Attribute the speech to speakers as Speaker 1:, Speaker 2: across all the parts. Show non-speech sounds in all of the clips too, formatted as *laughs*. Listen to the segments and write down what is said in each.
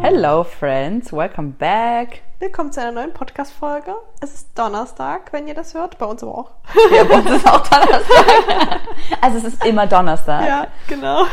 Speaker 1: Hello Friends, welcome back. *laughs*
Speaker 2: Willkommen zu einer neuen Podcast-Folge. Es ist Donnerstag, wenn ihr das hört. Bei uns aber auch.
Speaker 1: Ja, bei uns ist auch Donnerstag. Also es ist immer Donnerstag.
Speaker 2: Ja, genau.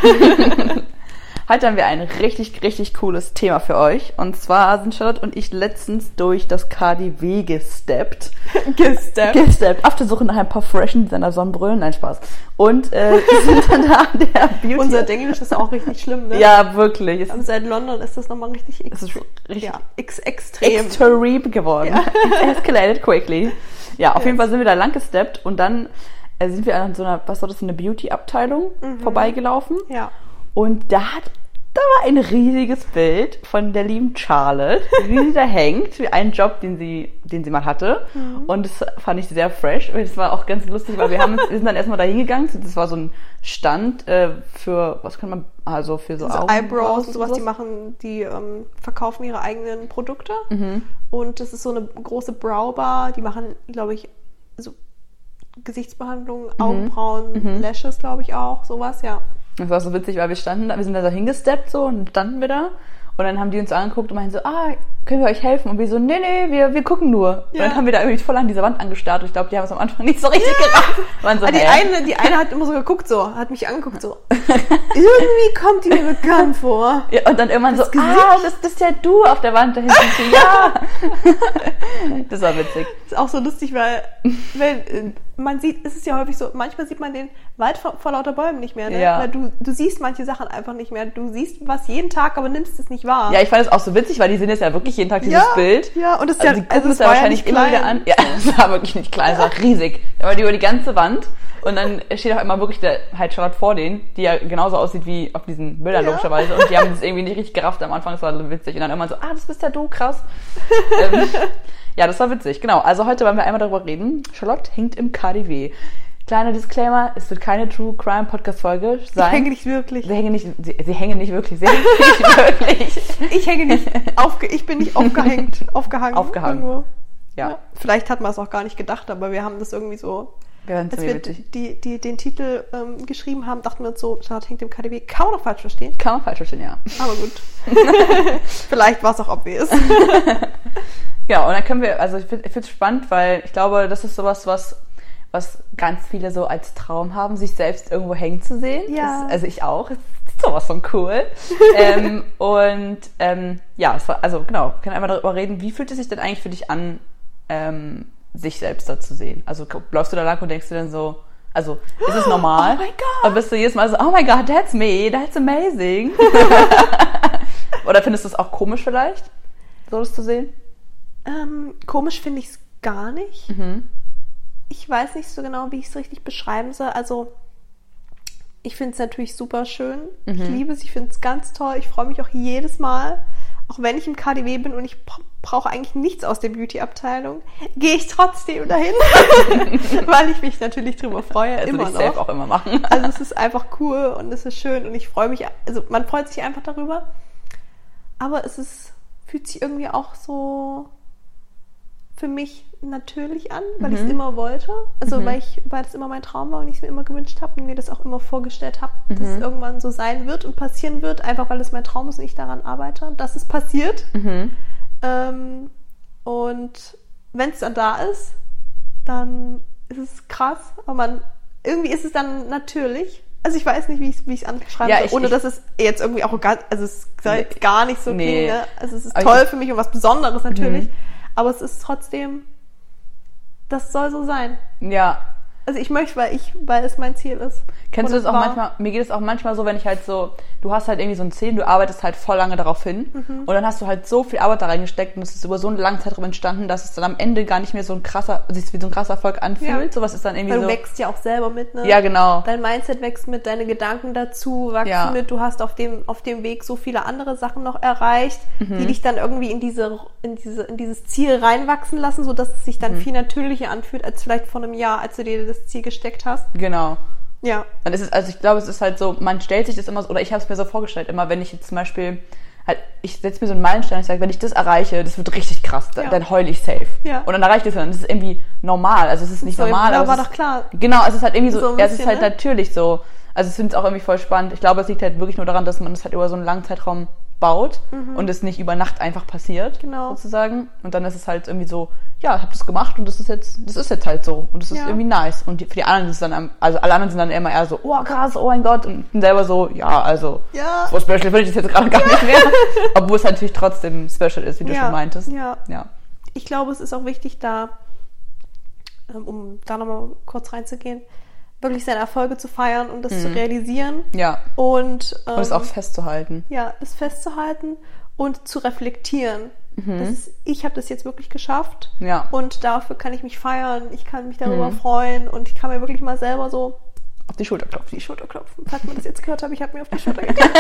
Speaker 1: Heute haben wir ein richtig, richtig cooles Thema für euch. Und zwar sind Charlotte und ich letztens durch das KDW gesteppt.
Speaker 2: Gesteppt.
Speaker 1: Gesteppt. Auf der Suche nach ein paar Freshen mit seiner Sonnenbrille. Nein, Spaß. Und äh, wir sind dann da an der Beauty...
Speaker 2: Unser Englisch ist ja auch richtig schlimm, ne?
Speaker 1: ja, wirklich. Es
Speaker 2: Und
Speaker 1: ist
Speaker 2: seit London ist das nochmal richtig,
Speaker 1: Es
Speaker 2: ex
Speaker 1: ist richtig-
Speaker 2: ja, ex extrem.
Speaker 1: extrem geworden.
Speaker 2: Ja.
Speaker 1: It's *laughs* escalated quickly. Ja, auf
Speaker 2: Ja.
Speaker 1: jeden Fall sind wir da lang gesteppt und dann äh, sind wir an so einer, was war das, eine Beauty-Abteilung
Speaker 2: Mhm.
Speaker 1: vorbeigelaufen.
Speaker 2: ja.
Speaker 1: Und da hat, da war ein riesiges Bild von der lieben Charlotte, wie sie da *laughs* hängt, wie einen Job, den sie, den sie mal hatte.
Speaker 2: Mhm.
Speaker 1: Und das fand ich sehr fresh. Und Es war auch ganz lustig, weil wir haben, uns- wir sind dann erstmal da hingegangen. Das war so ein Stand äh, für, was kann man, also für so,
Speaker 2: So
Speaker 1: Augenbrauen
Speaker 2: Eyebrows und sowas,
Speaker 1: und
Speaker 2: die machen, die ähm, verkaufen ihre eigenen Produkte. Und das ist so eine große Browbar, die machen, glaube ich, so Gesichtsbehandlungen, Augenbrauen, Lashes, glaube ich auch, sowas, ja.
Speaker 1: Das war so witzig, weil wir standen da, wir sind da so hingesteppt so und standen wir da. Und dann haben die uns angeguckt und meinten so, ah, können wir euch helfen? Und wir so, nee, nee, wir, wir gucken nur. Und
Speaker 2: Ja.
Speaker 1: dann haben wir da irgendwie voll an diese Wand angestarrt. Und ich glaube, die haben es am Anfang *laughs* nicht so richtig gerafft. Und waren so,
Speaker 2: Ah, die,
Speaker 1: hä?
Speaker 2: eine, die eine hat immer so geguckt, so, hat mich angeguckt,
Speaker 1: *laughs*
Speaker 2: so. Irgendwie kommt die mir bekannt vor.
Speaker 1: Ja, und dann irgendwann so,
Speaker 2: Gesicht?
Speaker 1: ah, das, das ist ja du auf der Wand da hinten.
Speaker 2: *laughs*
Speaker 1: Ich so, ja. das war witzig.
Speaker 2: Ist auch so lustig, weil, weil äh, man sieht, es ist ja häufig so, manchmal sieht man den Wald vor, vor lauter Bäumen nicht mehr, ne?
Speaker 1: Ja.
Speaker 2: Weil du, du siehst manche Sachen einfach nicht mehr. Du siehst was jeden Tag, aber nimmst es nicht wahr.
Speaker 1: Ja, ich fand es auch so witzig, weil die sehen jetzt ja wirklich jeden Tag dieses
Speaker 2: ja,
Speaker 1: Bild.
Speaker 2: Ja, und es ist
Speaker 1: Also
Speaker 2: ja,
Speaker 1: die gucken es ja
Speaker 2: war
Speaker 1: wahrscheinlich
Speaker 2: nicht
Speaker 1: immer wieder
Speaker 2: klein.
Speaker 1: an. Ja, *laughs* es war wirklich nicht klein, es war riesig. Aber die über die ganze Wand. Und dann steht auch immer wirklich der halt Charlotte vor denen, die ja genauso aussieht wie auf diesen Bildern
Speaker 2: Ja.
Speaker 1: logischerweise. Und die haben das irgendwie nicht richtig gerafft am Anfang, es war so witzig. Und dann immer so, ah, das bist ja du,
Speaker 2: *laughs*
Speaker 1: krass. ähm, ja, das war witzig, genau. Also heute wollen wir einmal darüber reden. Charlotte hängt im KDW. Kleiner Disclaimer, es wird keine True Crime Podcast-Folge
Speaker 2: Ich hänge
Speaker 1: sein.
Speaker 2: nicht wirklich.
Speaker 1: *laughs* sie hängen nicht, sie, sie hängen nicht wirklich, sie hängen nicht
Speaker 2: *laughs*
Speaker 1: wirklich.
Speaker 2: Ich hänge nicht. Aufge ich bin nicht
Speaker 1: *laughs*
Speaker 2: aufgehängt. Aufgehangen.
Speaker 1: Aufgehangen.
Speaker 2: irgendwo.
Speaker 1: Ja,
Speaker 2: Vielleicht hat man es auch gar nicht gedacht, aber wir haben das irgendwie so
Speaker 1: wir hören zu
Speaker 2: Als
Speaker 1: mir
Speaker 2: wir
Speaker 1: witzig.
Speaker 2: die, die, den Titel ähm, geschrieben haben, dachten wir uns so, Charlotte hängt im KDW. Kann man doch falsch verstehen,
Speaker 1: Kann man falsch verstehen, ja.
Speaker 2: aber gut.
Speaker 1: *laughs*
Speaker 2: Vielleicht war es auch obvious.
Speaker 1: Ja, und dann können wir, also ich finde es spannend, weil ich glaube, das ist sowas, was, was ganz viele so als Traum haben, sich selbst irgendwo hängen zu sehen.
Speaker 2: Ja.
Speaker 1: Das, also ich auch. Das ist sowas von
Speaker 2: *laughs*
Speaker 1: cool. ähm, und ähm, ja, es war, also genau, wir können einmal darüber reden, wie fühlt es sich denn eigentlich für dich an, ähm, sich selbst da zu sehen? Also gu- läufst du da lang und denkst du dann so, also ist es
Speaker 2: *gasps*
Speaker 1: normal?
Speaker 2: Oh mein Gott.
Speaker 1: Oder bist du jedes Mal so, oh my God, that's me,
Speaker 2: *laughs*
Speaker 1: that's amazing. *laughs* Oder findest du es auch komisch vielleicht, so das zu sehen?
Speaker 2: ähm, komisch finde ich es gar nicht. Ich weiß nicht so genau, wie ich es richtig beschreiben soll. Also, ich finde es natürlich super schön. Ich
Speaker 1: Mhm.
Speaker 2: liebe es, ich finde es ganz toll. Ich freue mich auch jedes Mal. Auch wenn ich im KDW bin und ich bra- brauche eigentlich nichts aus der Beauty-Abteilung, gehe ich trotzdem
Speaker 1: *laughs*
Speaker 2: dahin, *laughs* weil ich mich natürlich drüber freue.
Speaker 1: Also
Speaker 2: immer
Speaker 1: dich
Speaker 2: noch.
Speaker 1: selbst auch immer machen.
Speaker 2: Also es ist einfach cool und es ist schön und ich freue mich, also man freut sich einfach darüber. Aber es ist, fühlt sich irgendwie auch so für mich natürlich an, weil ich es immer wollte. Also weil ich, weil das immer mein Traum war und ich es mir immer gewünscht habe und mir das auch immer vorgestellt habe, dass es irgendwann so sein wird und passieren wird, einfach weil es mein Traum ist und ich daran arbeite, dass es passiert. Ähm, und wenn es dann da ist, dann ist es krass, aber man irgendwie ist es dann natürlich. Also ich weiß nicht, wie ich es wie ich's anschreiben
Speaker 1: Ja,
Speaker 2: soll,
Speaker 1: ich-
Speaker 2: ohne
Speaker 1: ich-
Speaker 2: dass es jetzt irgendwie arrogant, also es soll jetzt gar nicht so
Speaker 1: Nee.
Speaker 2: klingen. Ne? Also es ist
Speaker 1: Aber ich- Mhm.
Speaker 2: toll für mich und was Besonderes natürlich, aber es ist trotzdem, das soll so sein.
Speaker 1: Ja.
Speaker 2: Also ich möchte, weil ich, weil es mein Ziel ist.
Speaker 1: Kennst
Speaker 2: Und
Speaker 1: du das auch
Speaker 2: war-
Speaker 1: manchmal? Mir geht es auch manchmal so, wenn ich halt so, du hast halt irgendwie so ein Szenen, du arbeitest halt voll lange darauf hin
Speaker 2: Mhm.
Speaker 1: und dann hast du halt so viel Arbeit da reingesteckt und es ist über so einen langen Zeitraum entstanden, dass es dann am Ende gar nicht mehr so ein krasser, sich wie so ein krasser Erfolg anfühlt.
Speaker 2: Ja.
Speaker 1: Sowas ist dann irgendwie
Speaker 2: Weil du
Speaker 1: so.
Speaker 2: wächst ja auch selber mit, ne?
Speaker 1: Ja, genau.
Speaker 2: Dein Mindset wächst mit, deine Gedanken dazu wachsen
Speaker 1: Ja.
Speaker 2: mit. Du hast auf dem, auf dem Weg so viele andere Sachen noch erreicht,
Speaker 1: Mhm.
Speaker 2: die dich dann irgendwie in, diese, in, diese, in dieses Ziel reinwachsen lassen, sodass es sich
Speaker 1: Mhm.
Speaker 2: dann viel natürlicher anfühlt, als vielleicht vor einem Jahr, als du dir das Ziel gesteckt hast.
Speaker 1: Genau.
Speaker 2: Ja.
Speaker 1: Dann ist es, also ich glaube, es ist halt so, man stellt sich das immer so, oder ich habe es mir so vorgestellt, immer wenn ich jetzt zum Beispiel, halt, ich setze mir so einen Meilenstein und ich sage, wenn ich das erreiche, das wird richtig krass, dann,
Speaker 2: Ja.
Speaker 1: dann heul ich safe.
Speaker 2: Ja.
Speaker 1: Und dann erreiche ich das und dann ist es irgendwie normal. Also es ist nicht
Speaker 2: So,
Speaker 1: normal,
Speaker 2: ja,
Speaker 1: aber
Speaker 2: war
Speaker 1: es ist,
Speaker 2: doch klar.
Speaker 1: Genau, es ist halt irgendwie so,
Speaker 2: So ein
Speaker 1: ja, es ist
Speaker 2: bisschen,
Speaker 1: halt
Speaker 2: ne?
Speaker 1: natürlich so. Also ich finde es auch irgendwie voll spannend. Ich glaube, es liegt halt wirklich nur daran, dass man es halt über so einen langen Zeitraum aufbaut und es nicht über Nacht einfach passiert,
Speaker 2: Mhm. Genau.
Speaker 1: sozusagen. Und dann ist es halt irgendwie so, ja, hab das gemacht und das ist jetzt, das ist jetzt halt so und das ist
Speaker 2: Ja.
Speaker 1: irgendwie nice. Und die, für die anderen ist es dann, am- also alle anderen sind dann immer eher so, oh krass, oh mein Gott und ich bin selber so, ja, also
Speaker 2: Ja.
Speaker 1: so special finde ich das jetzt gerade gar nicht mehr,
Speaker 2: *laughs*
Speaker 1: obwohl es halt natürlich trotzdem special ist, wie du
Speaker 2: ja.
Speaker 1: schon meintest.
Speaker 2: Ja.
Speaker 1: ja.
Speaker 2: ich glaube, es ist auch wichtig, da, ähm, um da nochmal kurz reinzugehen, wirklich seine Erfolge zu feiern und das zu realisieren
Speaker 1: Ja,
Speaker 2: und, ähm,
Speaker 1: Mhm. und es auch festzuhalten.
Speaker 2: ja, das festzuhalten und zu reflektieren.
Speaker 1: Mhm.
Speaker 2: Das ist, ich habe das jetzt wirklich geschafft
Speaker 1: Ja.
Speaker 2: und dafür kann ich mich feiern, ich kann mich darüber
Speaker 1: Mhm.
Speaker 2: freuen und ich kann mir wirklich mal selber so
Speaker 1: Auf die Schulter klopfen.
Speaker 2: die Schulter klopfen. Falls man das jetzt gehört habe, ich habe mir auf die Schulter
Speaker 1: *laughs*
Speaker 2: geklopft.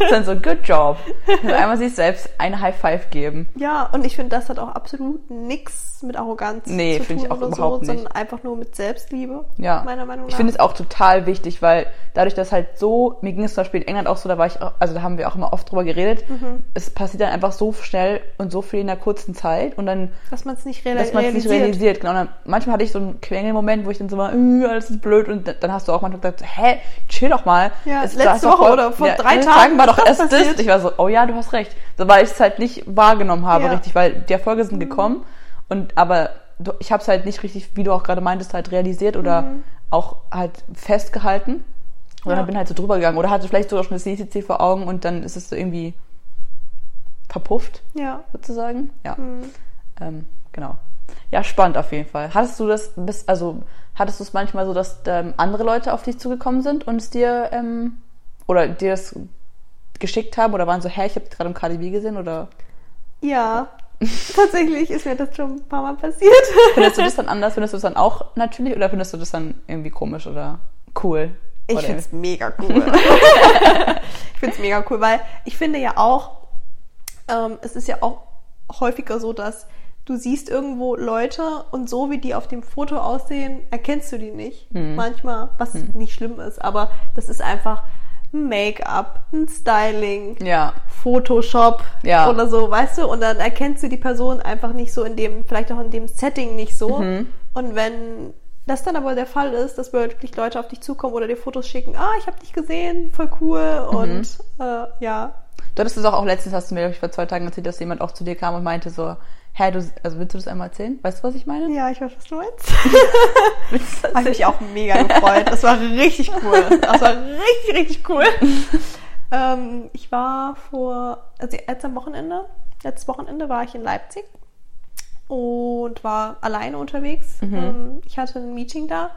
Speaker 1: Ist *laughs* dann so, good job. Und einmal sich selbst eine High Five geben.
Speaker 2: ja, und ich finde, das hat auch absolut nichts mit Arroganz
Speaker 1: Nee,
Speaker 2: zu tun
Speaker 1: finde ich auch
Speaker 2: oder so,
Speaker 1: überhaupt nicht.
Speaker 2: sondern einfach nur mit Selbstliebe,
Speaker 1: Ja.
Speaker 2: meiner Meinung nach.
Speaker 1: Ich finde es auch total wichtig, weil dadurch, dass halt so, mir ging es zum Beispiel in England auch so, da war ich, auch- also da haben wir auch immer oft drüber geredet,
Speaker 2: Mhm.
Speaker 1: es passiert dann einfach so schnell und so viel in einer kurzen Zeit und dann,
Speaker 2: dass man es nicht, reali
Speaker 1: dass man es nicht
Speaker 2: realisiert.
Speaker 1: realisiert. Genau, und dann, manchmal hatte ich so einen Quengelmoment, wo ich dann so war, "Äh, alles ist blöd und dann hast du auch manchmal gesagt, hä, chill doch mal.
Speaker 2: Ja,
Speaker 1: Es-
Speaker 2: letzte
Speaker 1: da hast du
Speaker 2: Woche
Speaker 1: voll-
Speaker 2: oder vor
Speaker 1: ja,
Speaker 2: drei
Speaker 1: in den
Speaker 2: Tagen
Speaker 1: war doch
Speaker 2: ist das
Speaker 1: erst das.
Speaker 2: passiert.
Speaker 1: Ich war so, oh ja, du hast recht. So, weil ich es halt nicht wahrgenommen habe
Speaker 2: Ja. Mhm.
Speaker 1: richtig, weil die Erfolge sind gekommen und aber du- ich habe es halt nicht richtig, wie du auch gerade meintest, halt realisiert oder auch halt festgehalten. Und
Speaker 2: Mhm. Ja.
Speaker 1: dann bin halt so drüber gegangen oder hatte vielleicht sogar schon das CCC vor Augen und dann ist es so irgendwie verpufft
Speaker 2: Ja.
Speaker 1: sozusagen. Ja.
Speaker 2: Hm.
Speaker 1: Ähm, genau. Ja, spannend auf jeden Fall. Hattest du das bis, also hattest du es manchmal so, dass ähm, andere Leute auf dich zugekommen sind und es dir ähm, oder dir das geschickt haben oder waren so, hä, ich habe gerade im KDB
Speaker 2: *laughs*
Speaker 1: gesehen oder *laughs*
Speaker 2: Ja. Tatsächlich ist mir das schon ein paar Mal passiert.
Speaker 1: findest du das dann anders, findest du das dann auch natürlich oder findest du das dann irgendwie komisch oder cool?
Speaker 2: Ich
Speaker 1: oder
Speaker 2: finde es mega cool. ich finde es mega cool, weil ich finde ja auch, ähm, es ist ja auch häufiger so, dass du siehst irgendwo Leute und so wie die auf dem Foto aussehen, erkennst du die nicht. Manchmal, was nicht schlimm ist, aber das ist einfach ein Make-up, ein Styling,
Speaker 1: ja,
Speaker 2: Photoshop
Speaker 1: Ja.
Speaker 2: oder so, weißt du? Und dann erkennst du die Person einfach nicht so in dem, vielleicht auch in dem Setting nicht so. Und wenn das dann aber der Fall ist, dass wirklich Leute auf dich zukommen oder dir Fotos schicken, ah, ich habe dich gesehen, voll cool und äh, ja.
Speaker 1: Du hattest es auch, auch letztens, hast du mir, glaub ich, vor zwei Tagen erzählt, dass jemand auch zu dir kam und meinte so, hä, du, also willst du das einmal erzählen? Weißt du, was ich meine?
Speaker 2: Ja, ich weiß, was du meinst. Habe ich mich auch mega gefreut. Das war richtig cool. Das war richtig, richtig cool. Ähm, ich war vor, also jetzt am Wochenende, letztes Wochenende war ich in Leipzig und war alleine unterwegs. Ähm, ich hatte ein Meeting da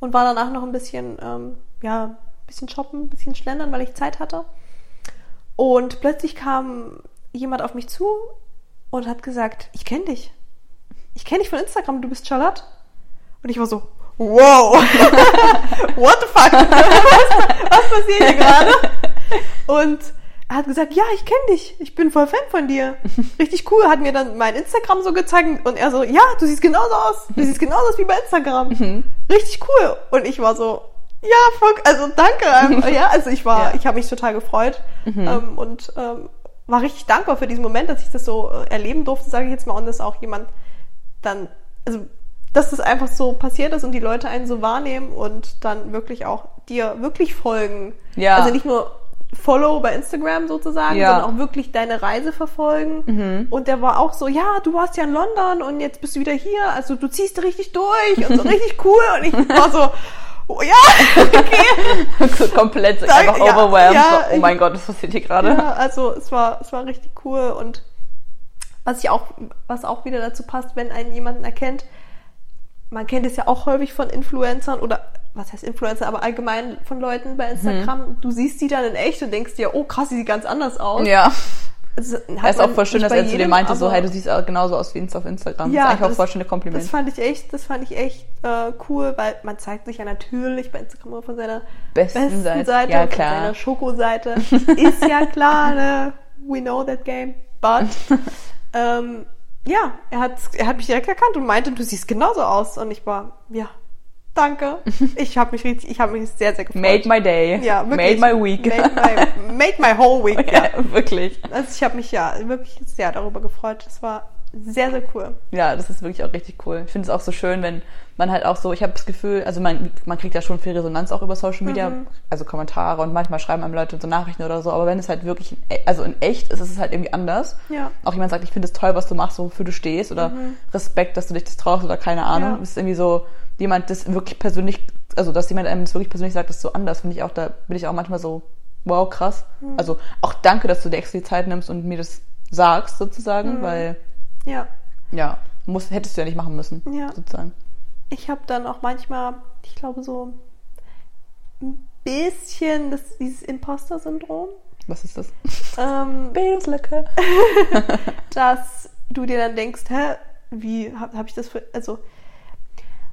Speaker 2: und war danach noch ein bisschen, ähm, ja, ein bisschen shoppen, ein bisschen schlendern, weil ich Zeit hatte. Und plötzlich kam jemand auf mich zu und hat gesagt, ich kenne dich. Ich kenne dich von Instagram, du bist Charlotte. Und ich war so, wow, *laughs* what the fuck, was, was passiert hier gerade? Und er hat gesagt, ja, ich kenne dich, ich bin voll Fan von dir. Richtig cool, hat mir dann mein Instagram so gezeigt und er so, ja, du siehst genauso aus, du siehst genauso aus wie bei Instagram. Richtig cool. Und ich war so, ja, voll, also danke. einfach. Ja, also ich war,
Speaker 1: Ja.
Speaker 2: ich habe mich total gefreut ähm, und ähm, war richtig dankbar für diesen Moment, dass ich das so äh, erleben durfte, sage ich jetzt mal, und dass auch jemand dann, also dass das einfach so passiert ist und die Leute einen so wahrnehmen und dann wirklich auch dir wirklich folgen.
Speaker 1: Ja.
Speaker 2: Also nicht nur Follow bei Instagram sozusagen,
Speaker 1: Ja. Mhm.
Speaker 2: sondern auch wirklich deine Reise verfolgen. Und der war auch so, ja, du warst ja in London und jetzt bist du wieder hier, also du ziehst richtig durch
Speaker 1: *laughs*
Speaker 2: und so richtig cool. Und ich war so, oh, ja,
Speaker 1: *laughs* so komplett
Speaker 2: Da-
Speaker 1: einfach
Speaker 2: ja,
Speaker 1: overwhelmed.
Speaker 2: ja,
Speaker 1: so, oh mein Gott, was passiert hier gerade?
Speaker 2: Ja, also es war, es war richtig cool und was ich auch, was auch wieder dazu passt, wenn einen jemanden erkennt, man kennt es ja auch häufig von Influencern oder was heißt Influencer, aber allgemein von Leuten
Speaker 1: Mhm.
Speaker 2: bei Instagram, du siehst die dann in echt und denkst dir, oh krass, die sieht ganz anders aus.
Speaker 1: Ja.
Speaker 2: Also,
Speaker 1: Er
Speaker 2: hat
Speaker 1: ist auch
Speaker 2: man
Speaker 1: voll schön,
Speaker 2: nicht
Speaker 1: dass
Speaker 2: bei
Speaker 1: er zu dir
Speaker 2: jedem,
Speaker 1: meinte, so,
Speaker 2: aber-
Speaker 1: hey, du siehst auch genauso aus wie Insta auf Instagram. Ja, das ist eigentlich auch voll schöne Kompliment.
Speaker 2: Das fand ich echt, das fand ich echt äh, cool, weil man zeigt sich ja natürlich bei Instagram immer von seiner
Speaker 1: Besten
Speaker 2: besten,
Speaker 1: Seite.
Speaker 2: Seite,
Speaker 1: Ja,
Speaker 2: von
Speaker 1: klar.
Speaker 2: seiner
Speaker 1: *laughs*
Speaker 2: Schokoseite. Ist ja klar, ne? We know that game.
Speaker 1: *laughs*
Speaker 2: But ähm, ja, er hat, er hat mich direkt erkannt und meinte, du siehst genauso aus. Und ich war, ja,
Speaker 1: *laughs*
Speaker 2: danke. Ich habe mich richtig, ich habe mich sehr, sehr gefreut.
Speaker 1: Made my day.
Speaker 2: ja, wirklich.
Speaker 1: Made my week.
Speaker 2: Made my, made my whole week, ja.
Speaker 1: *laughs* ja, wirklich.
Speaker 2: Also ich habe mich ja wirklich sehr darüber gefreut. Das war sehr, sehr cool.
Speaker 1: Ja, das ist wirklich auch richtig cool. Ich finde es auch so schön, wenn man halt auch so, ich habe das Gefühl, also man, man kriegt ja schon viel Resonanz auch über Social Media,
Speaker 2: Mhm.
Speaker 1: also Kommentare und manchmal schreiben einem Leute so Nachrichten oder so, aber wenn es halt wirklich, in e- also in echt ist, ist es halt irgendwie anders.
Speaker 2: Ja.
Speaker 1: Auch jemand sagt, ich finde es toll, was du machst, wofür du stehst oder Respekt, dass du dich das traust oder keine Ahnung.
Speaker 2: Mhm. Ja.
Speaker 1: Das ist irgendwie so, jemand das wirklich persönlich, also dass jemand einem das wirklich persönlich sagt, das ist so anders, finde ich auch, da bin ich auch manchmal so, wow, krass.
Speaker 2: Mhm.
Speaker 1: Also auch danke, dass du dir extra die Zeit nimmst und mir das sagst
Speaker 2: Mhm.
Speaker 1: sozusagen, weil
Speaker 2: Ja.
Speaker 1: ja, muss, hättest du ja nicht machen müssen,
Speaker 2: Ja.
Speaker 1: sozusagen.
Speaker 2: Ich habe dann auch manchmal, ich glaube, so ein bisschen das, dieses Imposter-Syndrom.
Speaker 1: Was ist das?
Speaker 2: Ähm,
Speaker 1: Bildungslücke.
Speaker 2: dass du dir dann denkst, hä, wie habe hab ich das für, also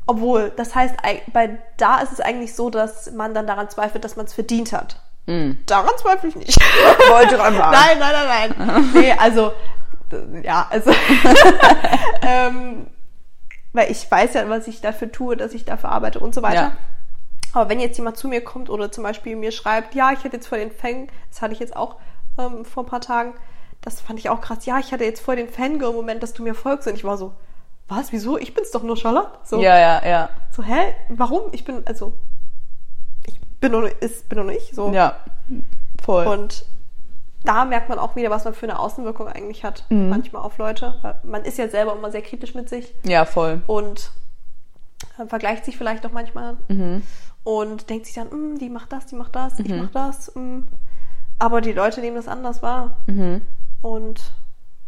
Speaker 2: obwohl, das heißt, ei- bei da ist es eigentlich so, dass man dann daran zweifelt, dass man es verdient hat.
Speaker 1: Mhm.
Speaker 2: Daran zweifle ich nicht.
Speaker 1: *laughs* Wollte dran sagen.
Speaker 2: Nein, nein, nein, nein. nee, also äh, ja, also *laughs* ähm, weil ich weiß ja, was ich dafür tue, dass ich dafür arbeite und so weiter.
Speaker 1: Ja.
Speaker 2: Aber wenn jetzt jemand zu mir kommt oder zum Beispiel mir schreibt, ja, ich hatte jetzt vor den Fan, das hatte ich jetzt auch ähm, vor ein paar Tagen, das fand ich auch krass, ja, ich hatte jetzt vor den Fangirl-Moment, dass du mir folgst. Und ich war so, was, wieso? Ich bin's doch nur Charlotte. So,
Speaker 1: Ja, ja, ja.
Speaker 2: so hä, warum? Ich bin, also, ich bin nur, ist, bin nur ich. So.
Speaker 1: Ja. Voll.
Speaker 2: Und da merkt man auch wieder, was man für eine Außenwirkung eigentlich hat,
Speaker 1: Mhm.
Speaker 2: manchmal auf Leute. Weil Man ist ja selber immer sehr kritisch mit sich
Speaker 1: ja, voll.
Speaker 2: und äh, vergleicht sich vielleicht auch manchmal
Speaker 1: Mhm.
Speaker 2: und denkt sich dann, "Mm, die macht das, die macht das, ich mach das. mm." Aber die Leute nehmen das anders wahr.
Speaker 1: Mhm.
Speaker 2: Und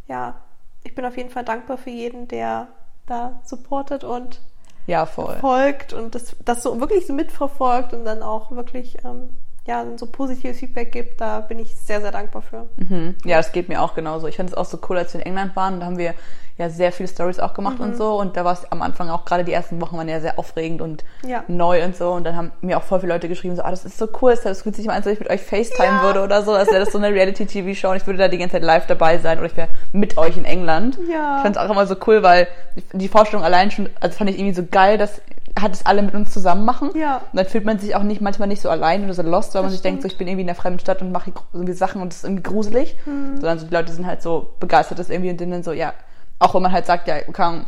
Speaker 2: ja, ich bin auf jeden Fall dankbar für jeden, der da supportet und
Speaker 1: Ja, voll.
Speaker 2: folgt und das, das so wirklich so mitverfolgt und dann auch wirklich ähm, ja, so positives Feedback gibt. Da bin ich sehr, sehr dankbar für.
Speaker 1: Mhm. Ja, das geht mir auch genauso. Ich fand es auch so cool, als wir in England waren. Da haben wir ja sehr viele Stories auch gemacht und so. Und da war es am Anfang auch gerade die ersten Wochen waren ja sehr aufregend und
Speaker 2: Ja.
Speaker 1: neu und so. Und dann haben mir auch voll viele Leute geschrieben, so, ah, das ist so cool, das fühlt sich mal an, als wenn ich mit euch FaceTime würde oder so. Als wäre das so eine Reality-TV-Show und ich würde da die ganze Zeit live dabei sein oder ich wäre mit euch in England.
Speaker 2: Ja.
Speaker 1: Ich fand es auch immer so cool, weil die Vorstellung allein schon, also fand ich irgendwie so geil, dass hat es alle mit uns zusammen machen.
Speaker 2: Ja.
Speaker 1: Und dann fühlt man sich auch nicht manchmal nicht so allein oder so lost, weil man
Speaker 2: Das
Speaker 1: sich denkt, so
Speaker 2: stimmt.
Speaker 1: ich bin irgendwie in einer fremden Stadt und mache gro- irgendwie Sachen und das ist irgendwie gruselig,
Speaker 2: Hm.
Speaker 1: sondern so die Leute sind halt so begeistert, dass irgendwie und denen dann so, ja, auch wenn man halt sagt, ja, keine Ahnung,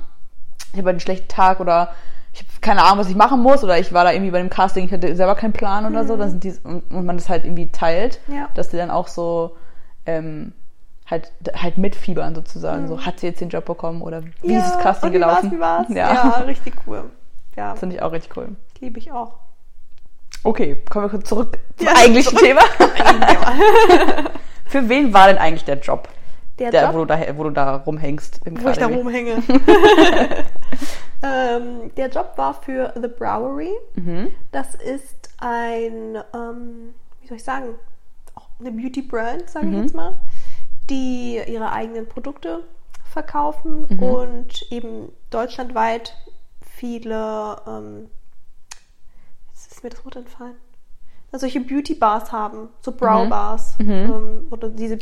Speaker 1: ich habe einen schlechten Tag oder ich habe keine Ahnung, was ich machen muss oder ich war da irgendwie bei dem Casting, ich hatte selber keinen Plan oder so, dann sind die, und, und man das halt irgendwie teilt,
Speaker 2: Hm. Ja.
Speaker 1: dass die dann auch so ähm, halt, halt mitfiebern sozusagen, so hat sie jetzt den Job bekommen oder wie ist das Casting
Speaker 2: und wie
Speaker 1: gelaufen?
Speaker 2: War's, wie war's?
Speaker 1: Ja,
Speaker 2: Ja. richtig cool. Ja,
Speaker 1: *laughs* das finde ich auch richtig cool.
Speaker 2: liebe ich
Speaker 1: *laughs*
Speaker 2: auch.
Speaker 1: Okay, kommen wir kurz zurück zum
Speaker 2: Ja,
Speaker 1: eigentlichen Thema. *laughs*
Speaker 2: Der,
Speaker 1: Für wen war denn eigentlich der Job, der,
Speaker 2: Job,
Speaker 1: wo, du da, wo du da rumhängst im
Speaker 2: wo ich da
Speaker 1: KDW?
Speaker 2: rumhänge. ähm, der Job war für The Brewery.
Speaker 1: Mhm.
Speaker 2: Das ist ein, ähm, wie soll ich sagen, auch eine Beauty Brand, sage ich jetzt mal, die ihre eigenen Produkte verkaufen und eben deutschlandweit viele, ähm, jetzt ist mir das Wort entfallen, also solche Beauty Bars haben, so Brow Bars ähm, oder diese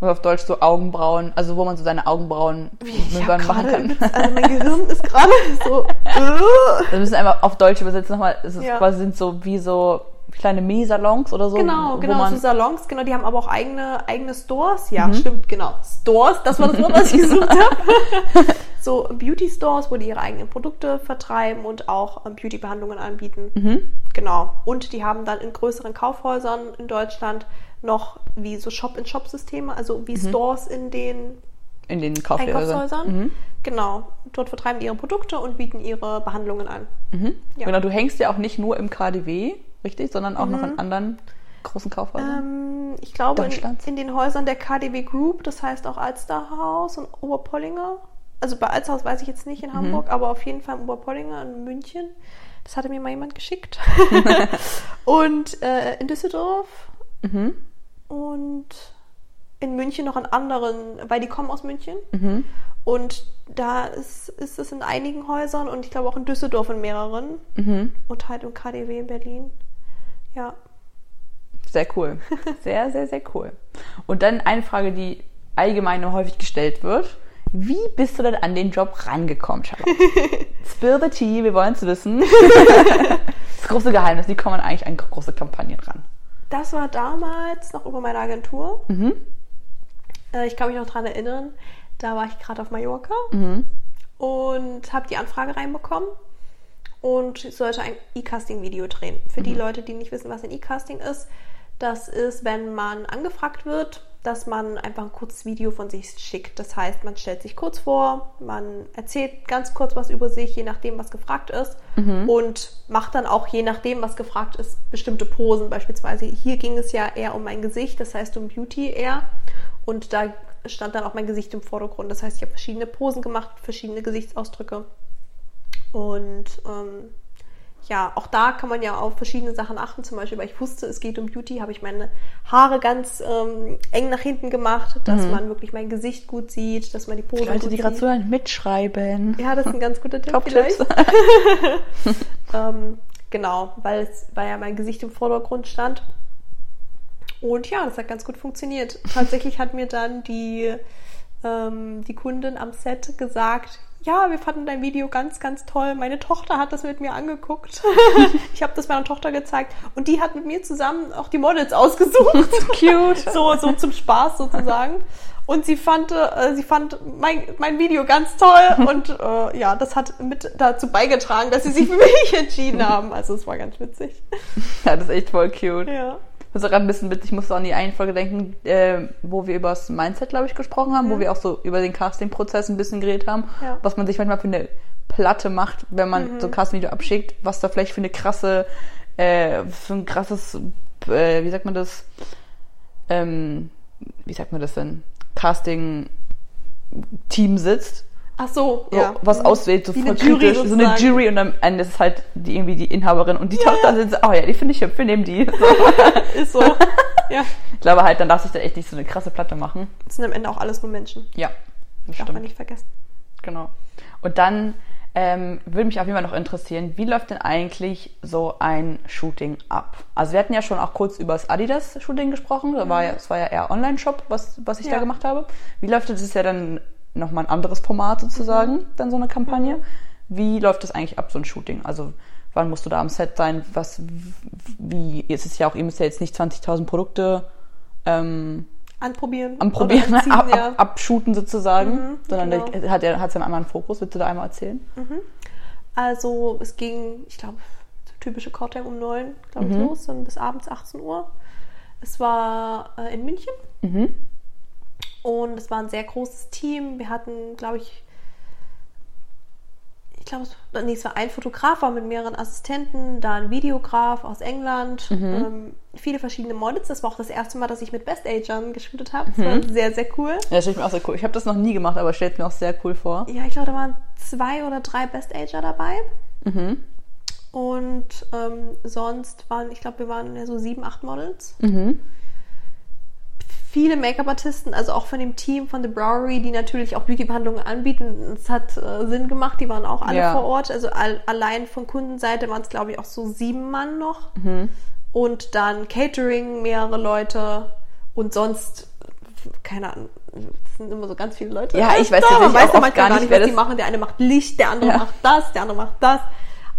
Speaker 1: Oder auf Deutsch so Augenbrauen, also wo man so seine Augenbrauen
Speaker 2: Ich hab
Speaker 1: irgendwann machen
Speaker 2: gerade
Speaker 1: kann.
Speaker 2: übelst- Also mein Gehirn *laughs* ist gerade so.
Speaker 1: *laughs*
Speaker 2: äh,
Speaker 1: Wir müssen einmal auf Deutsch übersetzen nochmal. Es ist
Speaker 2: Ja.
Speaker 1: quasi sind so wie so kleine Mini-Salons oder so.
Speaker 2: genau,
Speaker 1: wo
Speaker 2: genau.
Speaker 1: Man,
Speaker 2: So Salons, genau. Die haben aber auch eigene, eigene Stores. Ja, stimmt, genau. Stores, das war das Wort, *laughs* was ich gesucht habe. So Beauty Stores, wo die ihre eigenen Produkte vertreiben und auch ähm, Beauty-Behandlungen anbieten.
Speaker 1: Mhm.
Speaker 2: Genau. Und die haben dann in größeren Kaufhäusern in Deutschland noch wie so Shop-in-Shop-Systeme, also wie Stores in den
Speaker 1: in den Kaufhäusern. Mhm.
Speaker 2: Einkaufshäusern. Genau. Dort vertreiben die ihre Produkte und bieten ihre Behandlungen an. Ja.
Speaker 1: Genau, du hängst ja auch nicht nur im KDW, richtig, sondern auch noch in anderen großen Kaufhäusern.
Speaker 2: Ähm, ich glaube, in,
Speaker 1: Deutschlands.
Speaker 2: in den Häusern der KDW Group, das heißt auch Alsterhaus und Oberpollinger. Also bei Alsterhaus weiß ich jetzt nicht in Hamburg, aber auf jeden Fall in Oberpollinger in München. Das hatte mir mal jemand geschickt. und äh, in Düsseldorf und in München noch in anderen, weil die kommen aus München.
Speaker 1: Ähm. Mhm.
Speaker 2: Und da ist, ist es in einigen Häusern und ich glaube auch in Düsseldorf in mehreren
Speaker 1: Mhm.
Speaker 2: und halt im KDW in Berlin. Ja.
Speaker 1: Sehr cool. *laughs* Sehr, sehr, sehr cool. Und dann eine Frage, die allgemein nur häufig gestellt wird. Wie bist du denn an den Job rangekommen, *laughs* Charlotte? Spill the tea, wir wollen es *laughs* wissen. das große Geheimnis, wie kommt man eigentlich an große Kampagnen ran?
Speaker 2: Das war damals noch über meine Agentur. Äh, Ich kann mich noch daran erinnern, Da war ich gerade auf Mallorca und habe die Anfrage reinbekommen und ich sollte ein E-Casting-Video drehen. Für die Leute, die nicht wissen, was ein E-Casting ist, das ist, wenn man angefragt wird, dass man einfach ein kurzes Video von sich schickt. Das heißt, man stellt sich kurz vor, man erzählt ganz kurz was über sich, je nachdem, was gefragt ist und macht dann auch, je nachdem, was gefragt ist, bestimmte Posen. Beispielsweise hier ging es ja eher um mein Gesicht, das heißt um Beauty eher und da stand dann auch mein Gesicht im Vordergrund. Das heißt, ich habe verschiedene Posen gemacht, verschiedene Gesichtsausdrücke. Und ähm, ja, auch da kann man ja auf verschiedene Sachen achten. Zum Beispiel, weil ich wusste, es geht um Beauty, habe ich meine Haare ganz ähm, eng nach hinten gemacht, dass man wirklich mein Gesicht gut sieht, dass man die Posen
Speaker 1: Leute,
Speaker 2: gut
Speaker 1: Mhm. die gerade
Speaker 2: sieht.
Speaker 1: zuhören, mitschreiben.
Speaker 2: Ja, das ist ein ganz guter Tipp vielleicht.
Speaker 1: Top-Tipps.
Speaker 2: Ähm, genau, weil, es, weil ja mein Gesicht im Vordergrund stand. Und ja, das hat ganz gut funktioniert. Tatsächlich hat mir dann die, ähm, die Kundin am Set gesagt, ja, wir fanden dein Video ganz, ganz toll. Meine Tochter hat das mit mir angeguckt. *laughs* ich habe das meiner Tochter gezeigt. Und die hat mit mir zusammen auch die Models ausgesucht.
Speaker 1: *laughs* Cute.
Speaker 2: so, so zum Spaß sozusagen. Und sie fand, äh, sie fand mein, mein Video ganz
Speaker 1: *laughs*
Speaker 2: toll und äh, ja, das hat mit dazu beigetragen, dass sie sich für mich *laughs* entschieden haben. Also es war ganz witzig.
Speaker 1: Ja, das ist echt voll cute.
Speaker 2: Ja.
Speaker 1: Das ist auch ein bisschen witzig, ich musste an die eine Folge denken, äh, wo wir über das Mindset, glaube ich, gesprochen haben, wo wir auch so über den Casting-Prozess ein bisschen geredet haben,
Speaker 2: Ja. Mhm.
Speaker 1: was man sich manchmal für eine Platte macht, wenn man so ein Casting-Video abschickt, was da vielleicht für eine krasse, äh, für ein krasses, äh, wie sagt man das, ähm, wie sagt man das denn, Casting-Team sitzt
Speaker 2: Ach so,
Speaker 1: so,
Speaker 2: ja. Mhm.
Speaker 1: was auswählt, so
Speaker 2: Wie
Speaker 1: voll
Speaker 2: eine Jury
Speaker 1: kritisch. So eine
Speaker 2: sozusagen.
Speaker 1: Jury und am Ende ist es halt die, irgendwie die Inhaberin und die
Speaker 2: Ja,
Speaker 1: Tochter
Speaker 2: ja.
Speaker 1: sitzt, oh ja, die finde ich hübsch, wir nehmen die. So.
Speaker 2: Ist
Speaker 1: *laughs*
Speaker 2: so. ja.
Speaker 1: Ich glaube halt, dann darf sich da echt nicht so eine krasse Platte machen.
Speaker 2: Das sind am Ende auch alles nur Menschen.
Speaker 1: Ja, das
Speaker 2: Darf man
Speaker 1: stimmt.
Speaker 2: nicht vergessen.
Speaker 1: Genau. Und dann ähm, würde mich auf jeden Fall noch interessieren, wie läuft denn eigentlich so ein Shooting ab? Also wir hatten ja schon auch kurz über das Adidas-Shooting gesprochen. Da war ja, es war ja eher Online-Shop, was, was ich da
Speaker 2: Ja.
Speaker 1: gemacht habe. Wie läuft das? Das ist ja dann nochmal ein anderes Format sozusagen, dann so eine Kampagne. Wie läuft das eigentlich ab, so ein Shooting? Also wann musst du da am Set sein? Was, wie, es ist ja auch, ihr müsst ja jetzt nicht 20.000 Produkte ähm,
Speaker 2: Anprobieren.
Speaker 1: am
Speaker 2: oder
Speaker 1: Probieren,
Speaker 2: anziehen,
Speaker 1: *laughs* ab,
Speaker 2: ja.
Speaker 1: ab, abshooten sozusagen,
Speaker 2: Mhm,
Speaker 1: sondern
Speaker 2: genau.
Speaker 1: der, hat er hat seinen anderen Fokus. Willst du da einmal erzählen?
Speaker 2: Also es ging, ich glaube, so typische Core-Time um neun, glaube
Speaker 1: Mhm.
Speaker 2: ich, los, dann bis abends 18 Uhr. Es war äh, in München und es war ein sehr großes Team. Wir hatten, glaube ich, ich glaube, es, nee, es war ein Fotograf, war mit mehreren Assistenten, da ein Videograf aus England, ähm, viele verschiedene Models. Das war auch das erste Mal, dass ich mit Best Agern geshootet habe. Das war sehr, sehr cool.
Speaker 1: Ja, das stelle ich mir auch sehr cool. Ich habe das noch nie gemacht, aber stellt mir auch sehr cool vor.
Speaker 2: Ja, ich glaube, da waren zwei oder drei Best Ager dabei.
Speaker 1: Mhm.
Speaker 2: Und ähm, sonst waren, ich glaube, wir waren ja so sieben, acht Models.
Speaker 1: Mhm.
Speaker 2: Viele Make-up-Artisten, also auch von dem Team von The Browery, die natürlich auch Beauty-Behandlungen anbieten. Es hat äh, Sinn gemacht, die waren auch alle
Speaker 1: Ja.
Speaker 2: vor Ort. Also all, allein von Kundenseite waren es, glaube ich, auch so sieben Mann noch.
Speaker 1: Mhm.
Speaker 2: Und dann Catering, mehrere Leute. Und sonst, keine Ahnung, es sind immer so ganz viele Leute.
Speaker 1: Ja, ich weiß
Speaker 2: Doch,
Speaker 1: tatsächlich
Speaker 2: man weiß
Speaker 1: auch
Speaker 2: ja
Speaker 1: oft
Speaker 2: manchmal
Speaker 1: gar
Speaker 2: gar
Speaker 1: nicht,
Speaker 2: nicht,
Speaker 1: wer
Speaker 2: was die
Speaker 1: das-
Speaker 2: machen. Der eine macht Licht, der andere
Speaker 1: Ja.
Speaker 2: macht das, der andere macht das.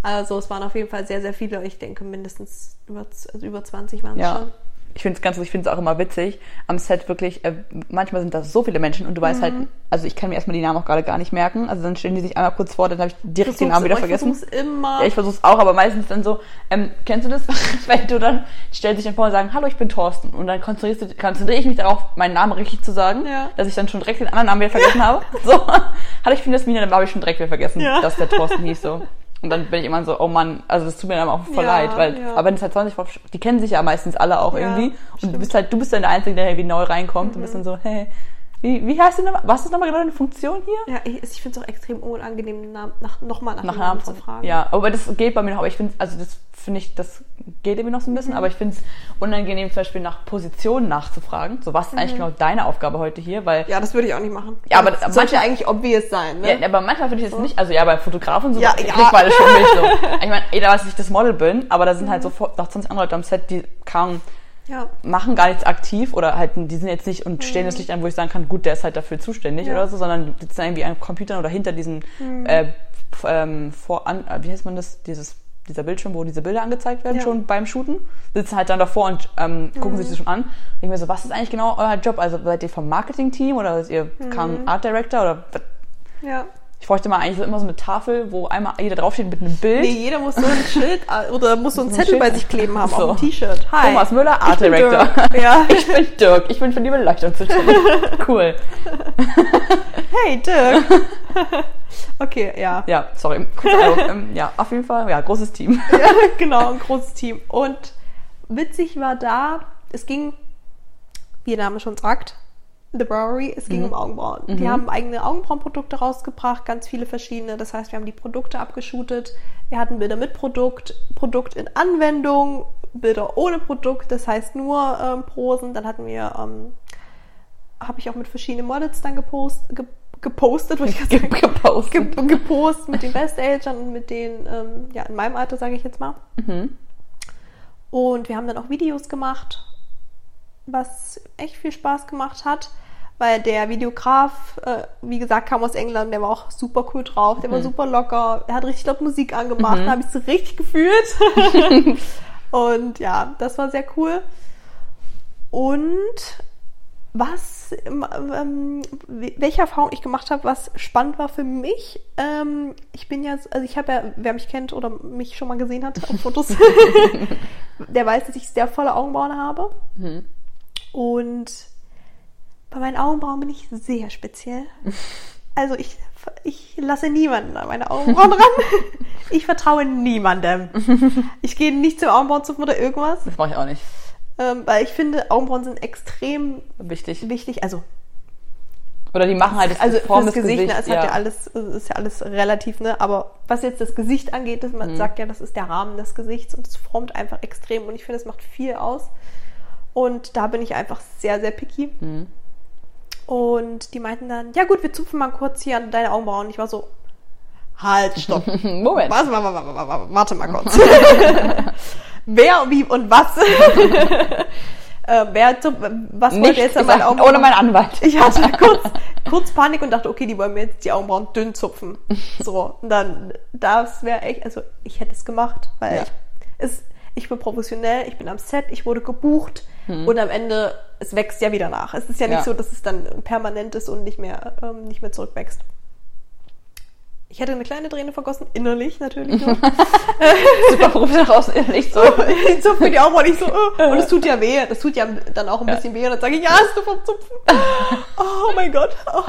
Speaker 2: Also es waren auf jeden Fall sehr, sehr viele. Ich denke mindestens über, z- also über 20 waren es
Speaker 1: Ja.
Speaker 2: schon.
Speaker 1: Ich finde es ganz, ich finde es auch immer witzig. Am Set wirklich, äh, manchmal sind da so viele Menschen und du weißt
Speaker 2: Mhm.
Speaker 1: halt, also ich kann mir erstmal die Namen auch gerade gar nicht merken. Also dann stellen die sich einmal kurz vor, dann habe ich direkt den Namen wieder vergessen.
Speaker 2: Ich versuch's immer.
Speaker 1: Ja, ich versuche es auch, aber meistens dann so, ähm, kennst du das, *laughs* wenn du dann, die stellen sich dann vor und sagen, hallo, ich bin Thorsten. Und dann konzentrierst du, konzentriere ich mich darauf, meinen Namen richtig zu sagen,
Speaker 2: Ja.
Speaker 1: dass ich dann schon direkt den anderen Namen wieder
Speaker 2: *laughs*
Speaker 1: vergessen habe. So, hallo, ich bin das Mina, dann habe ich schon direkt wieder vergessen,
Speaker 2: Ja.
Speaker 1: dass der Thorsten hieß so. Und dann bin ich immer so, oh Mann, also das tut mir dann auch voll
Speaker 2: Ja,
Speaker 1: leid, weil,
Speaker 2: ja.
Speaker 1: aber wenn es halt 20 vor, die kennen sich ja meistens alle auch
Speaker 2: Ja,
Speaker 1: irgendwie. Und du
Speaker 2: stimmt. Mhm.
Speaker 1: bist halt, du bist dann der Einzige, der irgendwie neu reinkommt und bist dann so, hey, wie, wie heißt du nochmal, was ist nochmal genau deine Funktion hier?
Speaker 2: ja, ich, ich finde es auch extrem unangenehm, den Namen- nach, nochmal nach,
Speaker 1: nach
Speaker 2: dem Namen
Speaker 1: Namen
Speaker 2: zu fragen.
Speaker 1: Ja, aber das geht bei mir noch. Aber ich finde, also das finde ich, das geht irgendwie noch so ein
Speaker 2: Mhm.
Speaker 1: bisschen. Aber ich finde es unangenehm, zum Beispiel nach Positionen nachzufragen. So, was ist
Speaker 2: Mhm.
Speaker 1: eigentlich genau deine Aufgabe heute hier? Weil, ja,
Speaker 2: Ja, das würde ich auch nicht machen.
Speaker 1: Ja, aber-
Speaker 2: das sollte ja eigentlich obvious sein, ne?
Speaker 1: aber manchmal finde ich es nicht. Also ja, beim Fotografen so,
Speaker 2: Ja,
Speaker 1: ich
Speaker 2: ja.
Speaker 1: krieg mal schon mit. So.
Speaker 2: *laughs*
Speaker 1: Ich meine, jeder weiß, dass ich das Model bin, aber da sind
Speaker 2: Mhm.
Speaker 1: halt sofort noch 20 andere Leute am Set, die kaum
Speaker 2: Ja.
Speaker 1: machen gar nichts aktiv oder halt, die sind jetzt nicht und stehen das Licht an, wo ich sagen kann, gut, der ist halt dafür zuständig
Speaker 2: Mhm. Ja. Mhm.
Speaker 1: oder so, sondern sitzen irgendwie an Computern oder hinter diesen, äh, f- ähm, vor, an, äh, wie heißt man das, dieses dieser Bildschirm, wo diese Bilder angezeigt werden,
Speaker 2: Ja. Mhm.
Speaker 1: schon beim Shooten, sitzen halt dann davor und ähm, gucken sich das schon an. Ich mir so, was ist eigentlich genau euer Job? Also seid ihr vom Marketing-Team oder seid ihr
Speaker 2: Mhm.
Speaker 1: kein Art Director oder was?
Speaker 2: Ja.
Speaker 1: ich bräuchte mal eigentlich so immer so eine Tafel, wo einmal jeder draufsteht mit einem Bild.
Speaker 2: Nee, jeder muss so
Speaker 1: *laughs*
Speaker 2: ein Schild äh, oder muss so einen
Speaker 1: So ein
Speaker 2: Zettel bei
Speaker 1: Schild.
Speaker 2: sich kleben haben,
Speaker 1: So.
Speaker 2: auf dem T-Shirt. Hi.
Speaker 1: Thomas Müller, Art
Speaker 2: Ich bin
Speaker 1: Director.
Speaker 2: Dirk. Ja.
Speaker 1: *laughs* Ich bin Dirk, ich bin für die Beleuchtung zuständig.
Speaker 2: *laughs*
Speaker 1: Cool.
Speaker 2: Hey,
Speaker 1: *laughs*
Speaker 2: Dirk. *laughs* okay, ja.
Speaker 1: Ja, sorry. Kurz Einwurf.
Speaker 2: *laughs*
Speaker 1: ähm, ja, auf jeden Fall, ja, großes Team.
Speaker 2: genau, ein großes Team. Und witzig war da, es ging, wie der Name schon sagt, The Brewery, es ging um Augenbrauen. Die haben eigene Augenbrauenprodukte rausgebracht, ganz viele verschiedene. Das heißt, wir haben die Produkte abgeshootet. Wir hatten Bilder mit Produkt, Produkt in Anwendung, Bilder ohne Produkt, das heißt nur ähm, Posen. Dann hatten wir, ähm, habe ich auch mit verschiedenen Models dann gepost, ge, gepostet, würde ich
Speaker 1: *laughs*
Speaker 2: gerade sagen
Speaker 1: Gepostet.
Speaker 2: ge gepostet mit den Best Agern und mit den, ähm, ja, in meinem Alter, sage ich jetzt mal.
Speaker 1: Mhm.
Speaker 2: Und wir haben dann auch Videos gemacht, was echt viel Spaß gemacht hat, weil der Videograf, äh, wie gesagt, kam aus England, der war auch super cool drauf, der war super locker, er hat richtig laut Musik angemacht, da habe ich so richtig gefühlt. und ja, das war sehr cool. Und was, ähm, ähm, we- welche Erfahrung ich gemacht habe, was spannend war für mich. Ähm, ich bin ja, also ich habe ja, wer mich kennt oder mich schon mal gesehen hat auf Fotos, der weiß, dass ich sehr volle Augenbrauen habe. Und bei meinen Augenbrauen bin ich sehr speziell. Also ich, ich lasse niemanden an meine Augenbrauen ran. Ich vertraue niemandem. Ich gehe nicht zum Augenbrauenzupfen oder irgendwas,
Speaker 1: Das mache ich auch nicht.
Speaker 2: ähm, weil ich finde, Augenbrauen sind extrem
Speaker 1: Wichtig.
Speaker 2: wichtig. Also
Speaker 1: Oder die machen halt das
Speaker 2: also
Speaker 1: Form
Speaker 2: das
Speaker 1: des
Speaker 2: Gesicht, ne,
Speaker 1: Gesichts,
Speaker 2: es hat ja alles, es ist ja alles relativ, ne? Aber was jetzt das Gesicht angeht, dass
Speaker 1: Mhm.
Speaker 2: man sagt ja, das ist der Rahmen des Gesichts und es formt einfach extrem und ich finde, es macht viel aus. Und da bin ich einfach sehr, sehr picky.
Speaker 1: Mhm.
Speaker 2: Und die meinten dann, ja gut, wir zupfen mal kurz hier an deine Augenbrauen. Ich war so, halt,
Speaker 1: *laughs*
Speaker 2: stopp.
Speaker 1: Moment.
Speaker 2: Warte mal, warte mal, warte mal, warte mal
Speaker 1: *laughs*
Speaker 2: kurz. Wer, wie und was? äh, wer, zum- was wollte
Speaker 1: Nicht
Speaker 2: jetzt an meinen
Speaker 1: gesagt,
Speaker 2: Augenbrauen?
Speaker 1: ohne
Speaker 2: *laughs*
Speaker 1: meinen Anwalt.
Speaker 2: Ich hatte kurz, kurz Panik und dachte, okay, die wollen mir jetzt die Augenbrauen dünn zupfen. So, und dann, das wäre echt, also ich hätte es gemacht, weil
Speaker 1: Ja.
Speaker 2: ich, es, ich bin professionell, ich bin am Set, ich wurde gebucht und am Ende, es wächst ja wieder nach. Es ist ja nicht
Speaker 1: Ja.
Speaker 2: so, dass es dann permanent ist und nicht mehr, ähm, nicht mehr zurückwächst. Ich hätte eine kleine Träne vergossen, innerlich natürlich nur.
Speaker 1: Super Profil raus, nicht so.
Speaker 2: ich zupfe die Augenbrauen nicht *laughs* so. äh, Und es tut ja weh. Das tut ja dann auch ein
Speaker 1: Ja.
Speaker 2: bisschen weh. Und dann sage ich, ja, hast du vom Zupfen. Oh mein Gott.
Speaker 1: *laughs*
Speaker 2: Oh.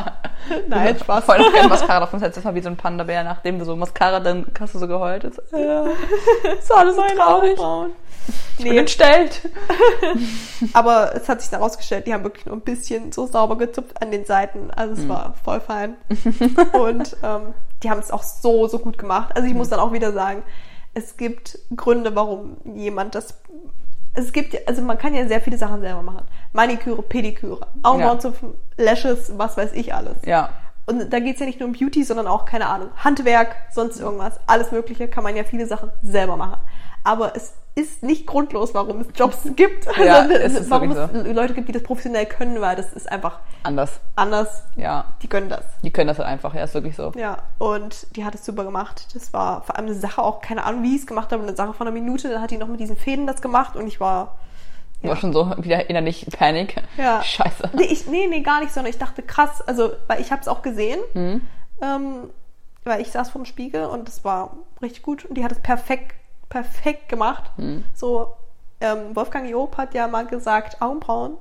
Speaker 2: Nein, Spaß.
Speaker 1: Voll noch keine Mascara auf uns jetzt mal wie so ein Panda-Bär, nachdem du so Mascara, dann hast du so geheult. Ist, äh, ist alles so traurig.
Speaker 2: Augenbrauen.
Speaker 1: Ich bin
Speaker 2: Nee,
Speaker 1: entstellt.
Speaker 2: aber es hat sich dann rausgestellt, die haben wirklich nur ein bisschen so sauber gezupft an den Seiten. Also es war voll fein. Und ähm, die haben es auch so, so gut gemacht. Also ich muss dann auch wieder sagen, es gibt Gründe, warum jemand das. Es gibt, also man kann ja sehr viele Sachen selber machen. Maniküre, Pediküre, Augenbrauen
Speaker 1: Ja.
Speaker 2: zupfen, Lashes, was weiß ich alles.
Speaker 1: Ja.
Speaker 2: Und da geht's ja nicht nur um Beauty, sondern auch, keine Ahnung, Handwerk, sonst irgendwas. Alles Mögliche kann man ja viele Sachen selber machen. Aber es ist nicht grundlos, warum es
Speaker 1: *laughs*
Speaker 2: Jobs gibt.
Speaker 1: Ja,
Speaker 2: sondern
Speaker 1: es ist
Speaker 2: warum
Speaker 1: wirklich
Speaker 2: es Leute gibt, die das professionell können, weil das ist einfach
Speaker 1: Anders.
Speaker 2: anders.
Speaker 1: Ja.
Speaker 2: Die können das.
Speaker 1: Die können das halt einfach. Ja, ist wirklich so.
Speaker 2: Ja, und die hat es super gemacht. Das war vor allem eine Sache auch, keine Ahnung, wie ich es gemacht habe, eine Sache von einer Minute. Dann hat die noch mit diesen Fäden das gemacht und ich war
Speaker 1: Ich War schon so wieder innerlich Panik.
Speaker 2: Ja. *laughs*
Speaker 1: Scheiße.
Speaker 2: Nee, ich, nee, nee, gar nicht, sondern ich dachte, krass, also, weil ich habe es auch gesehen,
Speaker 1: Hm?
Speaker 2: ähm, weil ich saß vorm Spiegel und das war richtig gut und die hat es perfekt, perfekt gemacht. So, ähm, Wolfgang Job hat ja mal gesagt, Augenbrauen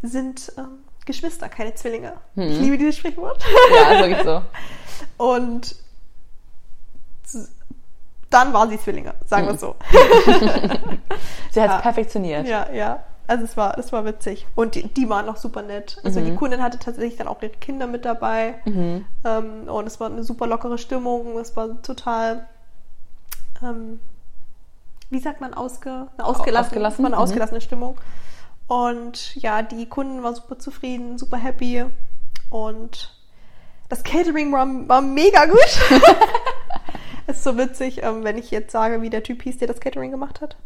Speaker 2: sind ähm, Geschwister, keine Zwillinge. Ich liebe dieses Sprichwort. *laughs*
Speaker 1: Ja, ist wirklich so.
Speaker 2: Und z- dann waren sie Zwillinge, sagen wir es so.
Speaker 1: Sie hat
Speaker 2: Ja.
Speaker 1: es perfektioniert.
Speaker 2: Ja, ja. Also es war, es war witzig. Und die, die waren auch super nett. Also die Kundin hatte tatsächlich dann auch ihre Kinder mit dabei. Ähm, und es war eine super lockere Stimmung. Es war total, ähm, wie sagt man, ausge, eine ausgelassen,
Speaker 1: ausgelassen,
Speaker 2: Es war eine
Speaker 1: mhm.
Speaker 2: ausgelassene Stimmung. Und ja, die Kunden waren super zufrieden, super happy. Und das Catering war, war mega gut. *laughs* ist so witzig, ähm, wenn ich jetzt sage, wie der Typ hieß, der das Catering gemacht hat.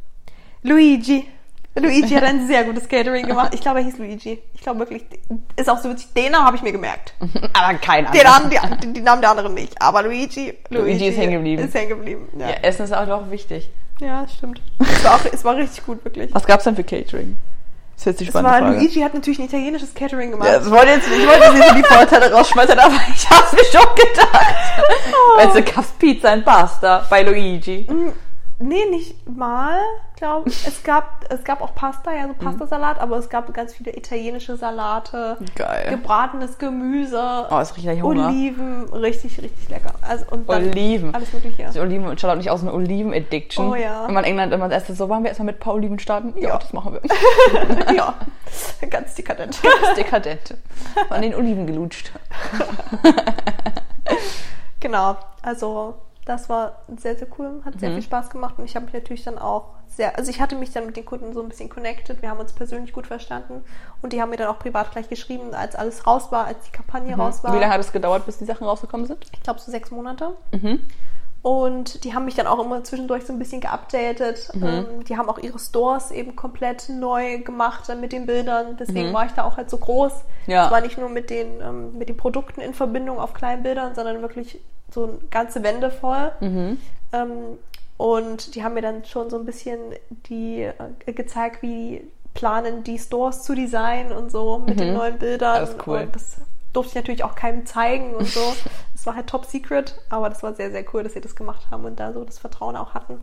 Speaker 2: Luigi. Luigi hat ein sehr gutes Catering gemacht. Ich glaube, er hieß Luigi. Ich glaube wirklich, ist auch so witzig. Den Namen habe ich mir gemerkt.
Speaker 1: *laughs* Aber kein
Speaker 2: Den
Speaker 1: anderer.
Speaker 2: Namen, die, die Namen der anderen nicht. Aber Luigi, Luigi,
Speaker 1: Luigi ist hängen geblieben.
Speaker 2: Ist hängen geblieben. Ja.
Speaker 1: Ja, Essen ist auch doch wichtig.
Speaker 2: Ja,
Speaker 1: *laughs*
Speaker 2: stimmt. Es war, auch, es war richtig gut, wirklich.
Speaker 1: Was gab's denn für Catering? Das ist jetzt die
Speaker 2: Es
Speaker 1: spannende
Speaker 2: war,
Speaker 1: Frage.
Speaker 2: Luigi hat natürlich ein italienisches Catering gemacht.
Speaker 1: Ja, das wollte jetzt, ich wollte jetzt nicht so die Vorteile rausschmeißen, aber ich hab's mir schon gedacht. Weißt du, gab's Pizza und Pasta bei Luigi.
Speaker 2: Oh. Mm, Nee, nicht mal,
Speaker 1: *laughs*
Speaker 2: glaube ich. Es gab, es gab auch Pasta, ja, so
Speaker 1: Mhm.
Speaker 2: Pastasalat, aber es gab ganz viele italienische Salate,
Speaker 1: Geil.
Speaker 2: gebratenes Gemüse,
Speaker 1: Oh, es riecht gleich Hunger.
Speaker 2: Oliven, richtig, richtig lecker. Also, und dann
Speaker 1: Oliven.
Speaker 2: Alles Mögliche.
Speaker 1: Die Oliven und Charlotte nicht aus einer Oliven-Addiction.
Speaker 2: Oh ja.
Speaker 1: Wenn man England immer erst so, wollen wir erstmal mit ein paar Oliven starten? Ja,
Speaker 2: Ja.
Speaker 1: das machen
Speaker 2: *laughs*
Speaker 1: wir.
Speaker 2: ja, ganz dekadent.
Speaker 1: Das ist dekadent. An den Oliven gelutscht.
Speaker 2: Genau, also das war sehr, sehr cool, hat sehr
Speaker 1: Mhm.
Speaker 2: viel Spaß gemacht und ich habe mich natürlich dann auch sehr, also ich hatte mich dann mit den Kunden so ein bisschen connected, wir haben uns persönlich gut verstanden und die haben mir dann auch privat gleich geschrieben, als alles raus war, als die Kampagne raus war.
Speaker 1: Mhm. Wie lange hat es gedauert, bis die Sachen rausgekommen sind?
Speaker 2: Ich glaube so sechs Monate.
Speaker 1: Mhm.
Speaker 2: Und die haben mich dann auch immer zwischendurch so ein bisschen geupdatet.
Speaker 1: Mhm.
Speaker 2: Ähm, die haben auch ihre Stores eben komplett neu gemacht äh, mit den Bildern. Deswegen war ich da auch halt so groß.
Speaker 1: Mhm. Ja.
Speaker 2: Es war nicht nur mit den, ähm, mit den Produkten in Verbindung auf kleinen Bildern, sondern wirklich so eine ganze Wände voll.
Speaker 1: Mhm.
Speaker 2: Ähm, und die haben mir dann schon so ein bisschen die äh, gezeigt, wie die planen, die Stores zu designen und so mit den neuen Bildern.
Speaker 1: Das ist Mhm. cool.
Speaker 2: Und das durfte ich natürlich auch keinem zeigen und
Speaker 1: *laughs*
Speaker 2: so. Das war halt top secret, aber das war sehr, sehr cool, dass sie das gemacht haben und da so das Vertrauen auch hatten.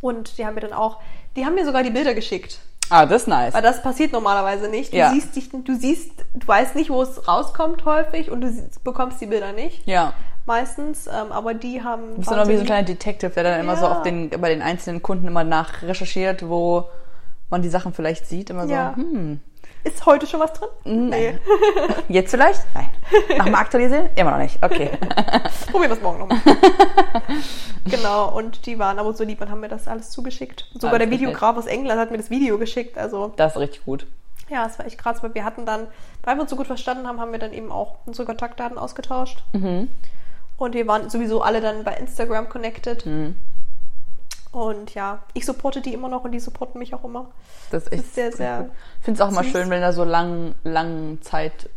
Speaker 2: Und die haben mir dann auch, die haben mir sogar die Bilder geschickt.
Speaker 1: Ah, das ist nice.
Speaker 2: Weil das passiert normalerweise nicht. Du
Speaker 1: Ja.
Speaker 2: siehst dich, du siehst, du weißt nicht, wo es rauskommt häufig und du sie- bekommst die Bilder nicht.
Speaker 1: Ja.
Speaker 2: Meistens, ähm, aber die haben.
Speaker 1: Du bist dann auch wie so ein
Speaker 2: wahnsinnig-
Speaker 1: kleiner Detective, der dann immer so
Speaker 2: Ja.
Speaker 1: auf den, bei den einzelnen Kunden immer nach recherchiert, wo man die Sachen vielleicht sieht. Immer so,
Speaker 2: Ja.
Speaker 1: hm,
Speaker 2: Ist heute schon was drin?
Speaker 1: Mm, Nein. jetzt vielleicht? Nein. Nach dem Aktualisieren? Immer noch nicht.
Speaker 2: *laughs*
Speaker 1: Okay.
Speaker 2: Probieren wir es morgen nochmal.
Speaker 1: *laughs*
Speaker 2: genau, und die waren aber so lieb und haben mir das alles zugeschickt. Sogar der
Speaker 1: Alles perfekt.
Speaker 2: Videograf aus England hat mir das Video geschickt. Also
Speaker 1: Das ist richtig gut.
Speaker 2: ja, es war echt krass, weil wir hatten dann, weil wir uns so gut verstanden haben, haben wir dann eben auch unsere Kontaktdaten ausgetauscht. Und wir waren sowieso alle dann bei Instagram connected.
Speaker 1: Hm. Mhm.
Speaker 2: Und ja, ich supporte die immer noch und die supporten mich auch immer.
Speaker 1: Das ist echt
Speaker 2: ist sehr, sehr
Speaker 1: Ich finde es auch mal
Speaker 2: süß.
Speaker 1: schön, wenn da so lang, lang Zeit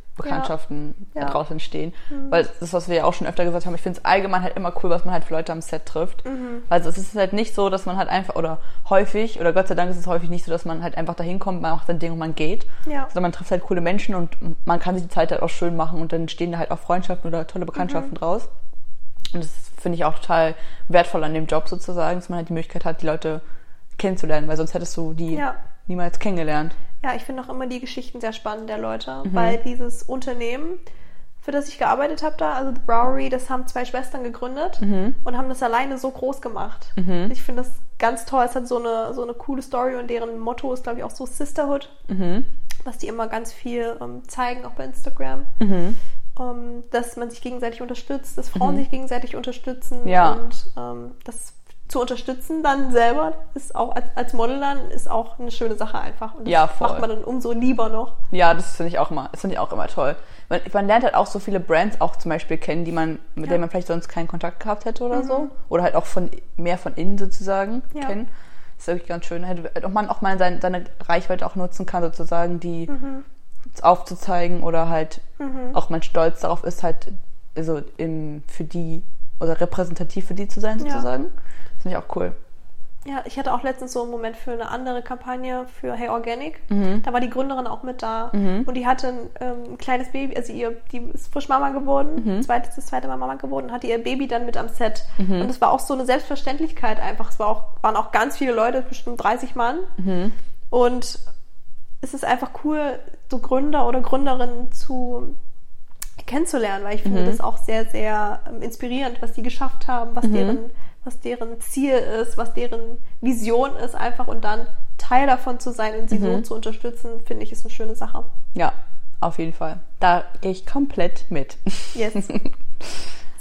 Speaker 2: Ja.
Speaker 1: Bekanntschaften
Speaker 2: Mhm. Ja.
Speaker 1: daraus entstehen. Weil das, was wir ja auch schon öfter gesagt haben, ich finde es allgemein halt immer cool, was man halt für Leute am Set trifft.
Speaker 2: Mhm.
Speaker 1: Also es ist halt nicht so, dass man halt einfach, oder häufig, oder Gott sei Dank ist es häufig nicht so, dass man halt einfach dahin kommt, man macht sein Ding und man geht.
Speaker 2: Ja.
Speaker 1: Sondern man trifft halt coole Menschen und man kann sich die Zeit halt auch schön machen und dann stehen da halt auch Freundschaften oder tolle
Speaker 2: Mhm.
Speaker 1: Bekanntschaften draus. Und das finde ich auch total wertvoll an dem Job sozusagen, dass man halt die Möglichkeit hat, die Leute kennenzulernen, weil sonst hättest du die
Speaker 2: Ja.
Speaker 1: niemals kennengelernt.
Speaker 2: Ja, ich finde auch immer die Geschichten sehr spannend der Leute, weil dieses Unternehmen, für das ich gearbeitet habe da, also The Browery, das haben zwei Schwestern gegründet und haben das alleine so groß gemacht. Ich finde das ganz toll. Es hat so eine, so eine coole Story und deren Motto ist, glaube ich, auch so Sisterhood, Mhm. was die immer ganz viel ähm, zeigen, auch bei Instagram.
Speaker 1: Mhm.
Speaker 2: Ähm, dass man sich gegenseitig unterstützt, dass Frauen sich gegenseitig unterstützen
Speaker 1: Ja.
Speaker 2: und ähm, das zu unterstützen dann selber ist auch als, als Model dann ist auch eine schöne Sache einfach und das
Speaker 1: Ja, voll.
Speaker 2: macht man dann umso lieber noch.
Speaker 1: Ja, das finde ich auch immer, das finde ich auch immer toll. Man, man lernt halt auch so viele Brands auch zum Beispiel kennen, die man, mit denen man vielleicht sonst keinen Kontakt gehabt hätte oder so. Oder halt auch von mehr von innen sozusagen
Speaker 2: Mhm. Ja.
Speaker 1: kennen. Das ist wirklich ganz schön. Hätte- Ob man auch mal sein, seine Reichweite auch nutzen kann, sozusagen, die aufzuzeigen oder halt
Speaker 2: Mhm.
Speaker 1: auch man stolz darauf ist, halt also im, für die oder repräsentativ für die zu sein,
Speaker 2: Ja.
Speaker 1: sozusagen. Das finde ich auch cool.
Speaker 2: Ja, ich hatte auch letztens so einen Moment für eine andere Kampagne für Hey Organic.
Speaker 1: Mhm.
Speaker 2: Da war die Gründerin auch mit da und die hatte ein, ähm, ein kleines Baby, also ihr, die ist frisch Mama geworden,
Speaker 1: Mhm.
Speaker 2: zweites, das zweite Mal Mama geworden, und hatte ihr Baby dann mit am Set. Und es war auch so eine Selbstverständlichkeit einfach. Es war auch, waren auch ganz viele Leute, bestimmt 30 Mann. Und es ist einfach cool, so Gründer oder Gründerinnen zu kennenzulernen, weil ich
Speaker 1: Mhm.
Speaker 2: finde das auch sehr, sehr ähm, inspirierend, was die geschafft haben,
Speaker 1: Mhm.
Speaker 2: was, deren, was deren Ziel ist, was deren Vision ist einfach und dann Teil davon zu sein und sie
Speaker 1: Mhm.
Speaker 2: so zu unterstützen, finde ich, ist eine schöne Sache.
Speaker 1: Ja, auf jeden Fall. Da gehe ich komplett mit. *laughs*
Speaker 2: Yes. ist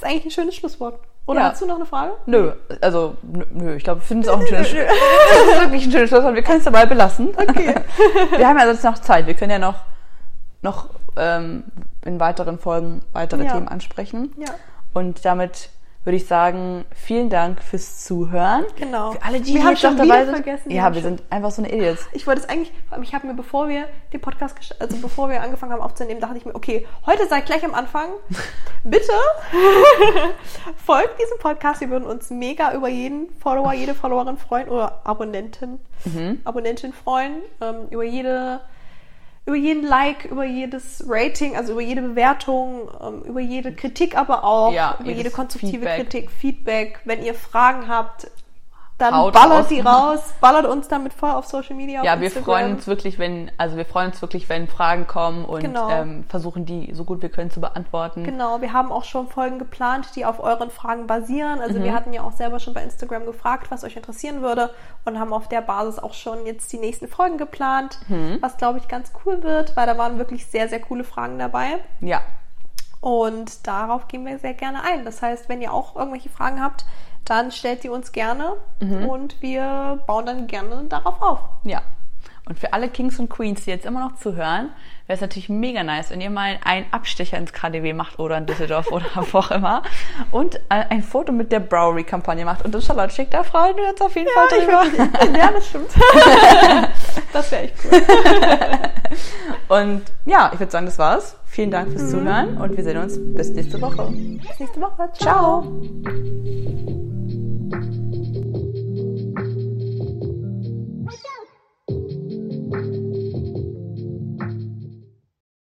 Speaker 2: eigentlich ein schönes Schlusswort. Oder
Speaker 1: Ja.
Speaker 2: hast du noch eine
Speaker 1: *laughs*
Speaker 2: Frage?
Speaker 1: Nö, also nö, nö ich glaube, ich finde es
Speaker 2: *laughs*
Speaker 1: auch ein schönes Schlusswort. Das ist wirklich ein schönes Schlusswort. Wir können es dabei belassen.
Speaker 2: Okay.
Speaker 1: Wir haben ja sonst noch Zeit. Wir können ja noch, noch ähm, in weiteren Folgen weitere
Speaker 2: Ja.
Speaker 1: Themen ansprechen.
Speaker 2: ja.
Speaker 1: Und damit würde ich sagen, vielen Dank fürs Zuhören.
Speaker 2: Genau.
Speaker 1: Für alle, die
Speaker 2: Wir
Speaker 1: hier
Speaker 2: haben
Speaker 1: jetzt noch
Speaker 2: schon
Speaker 1: dabei
Speaker 2: wieder
Speaker 1: sind.
Speaker 2: vergessen, wir
Speaker 1: ja,
Speaker 2: haben
Speaker 1: wir
Speaker 2: schon-
Speaker 1: sind einfach so eine Idiots.
Speaker 2: Ich wollte es eigentlich, vor allem ich habe mir, bevor wir den Podcast, gesch- also bevor wir angefangen haben aufzunehmen, dachte ich mir, okay, heute sei gleich am
Speaker 1: *laughs*
Speaker 2: Anfang. Bitte *laughs* folgt diesem Podcast. Wir würden uns mega über jeden Follower, jede Followerin freuen oder Abonnentin,
Speaker 1: Mhm.
Speaker 2: Abonnentin freuen, ähm, über jede, über jeden Like, über jedes Rating, also über jede Bewertung, ähm, über jede Kritik, aber auch
Speaker 1: Ja,
Speaker 2: über jede
Speaker 1: jedes
Speaker 2: konstruktive
Speaker 1: Feedback.
Speaker 2: Kritik, Feedback. Wenn ihr Fragen habt, dann
Speaker 1: Haut
Speaker 2: ballert
Speaker 1: raus.
Speaker 2: die raus, ballert uns damit voll auf Social Media.
Speaker 1: Ja,
Speaker 2: auf
Speaker 1: wir
Speaker 2: Instagram.
Speaker 1: freuen uns wirklich, wenn, also wir freuen uns wirklich, wenn Fragen kommen und
Speaker 2: Genau.
Speaker 1: ähm, versuchen die so gut wir können zu beantworten.
Speaker 2: Genau, wir haben auch schon Folgen geplant, die auf euren Fragen basieren. Also
Speaker 1: Mhm.
Speaker 2: wir hatten ja auch selber schon bei Instagram gefragt, was euch interessieren würde und haben auf der Basis auch schon jetzt die nächsten Folgen geplant,
Speaker 1: Mhm.
Speaker 2: was glaube ich ganz cool wird, weil da waren wirklich sehr, sehr coole Fragen dabei.
Speaker 1: Ja.
Speaker 2: Und darauf gehen wir sehr gerne ein. Das heißt, wenn ihr auch irgendwelche Fragen habt, dann stellt die uns gerne
Speaker 1: Mhm.
Speaker 2: und wir bauen dann gerne darauf auf.
Speaker 1: Ja. Und für alle Kings und Queens, die jetzt immer noch zuhören, wäre es natürlich mega nice, wenn ihr mal einen Abstecher ins KDW macht oder in Düsseldorf *laughs* oder wo auch immer und äh, ein Foto mit der Browery-Kampagne macht. Und das Charlotte schickt, da freuen wir uns auf jeden Fall drüber.
Speaker 2: *laughs* ja, das
Speaker 1: *laughs*
Speaker 2: stimmt. das wäre echt cool.
Speaker 1: Und ja, ich würde sagen, das war's. Vielen Dank fürs Zuhören und wir sehen uns bis nächste Woche.
Speaker 2: Bis nächste Woche. Ciao.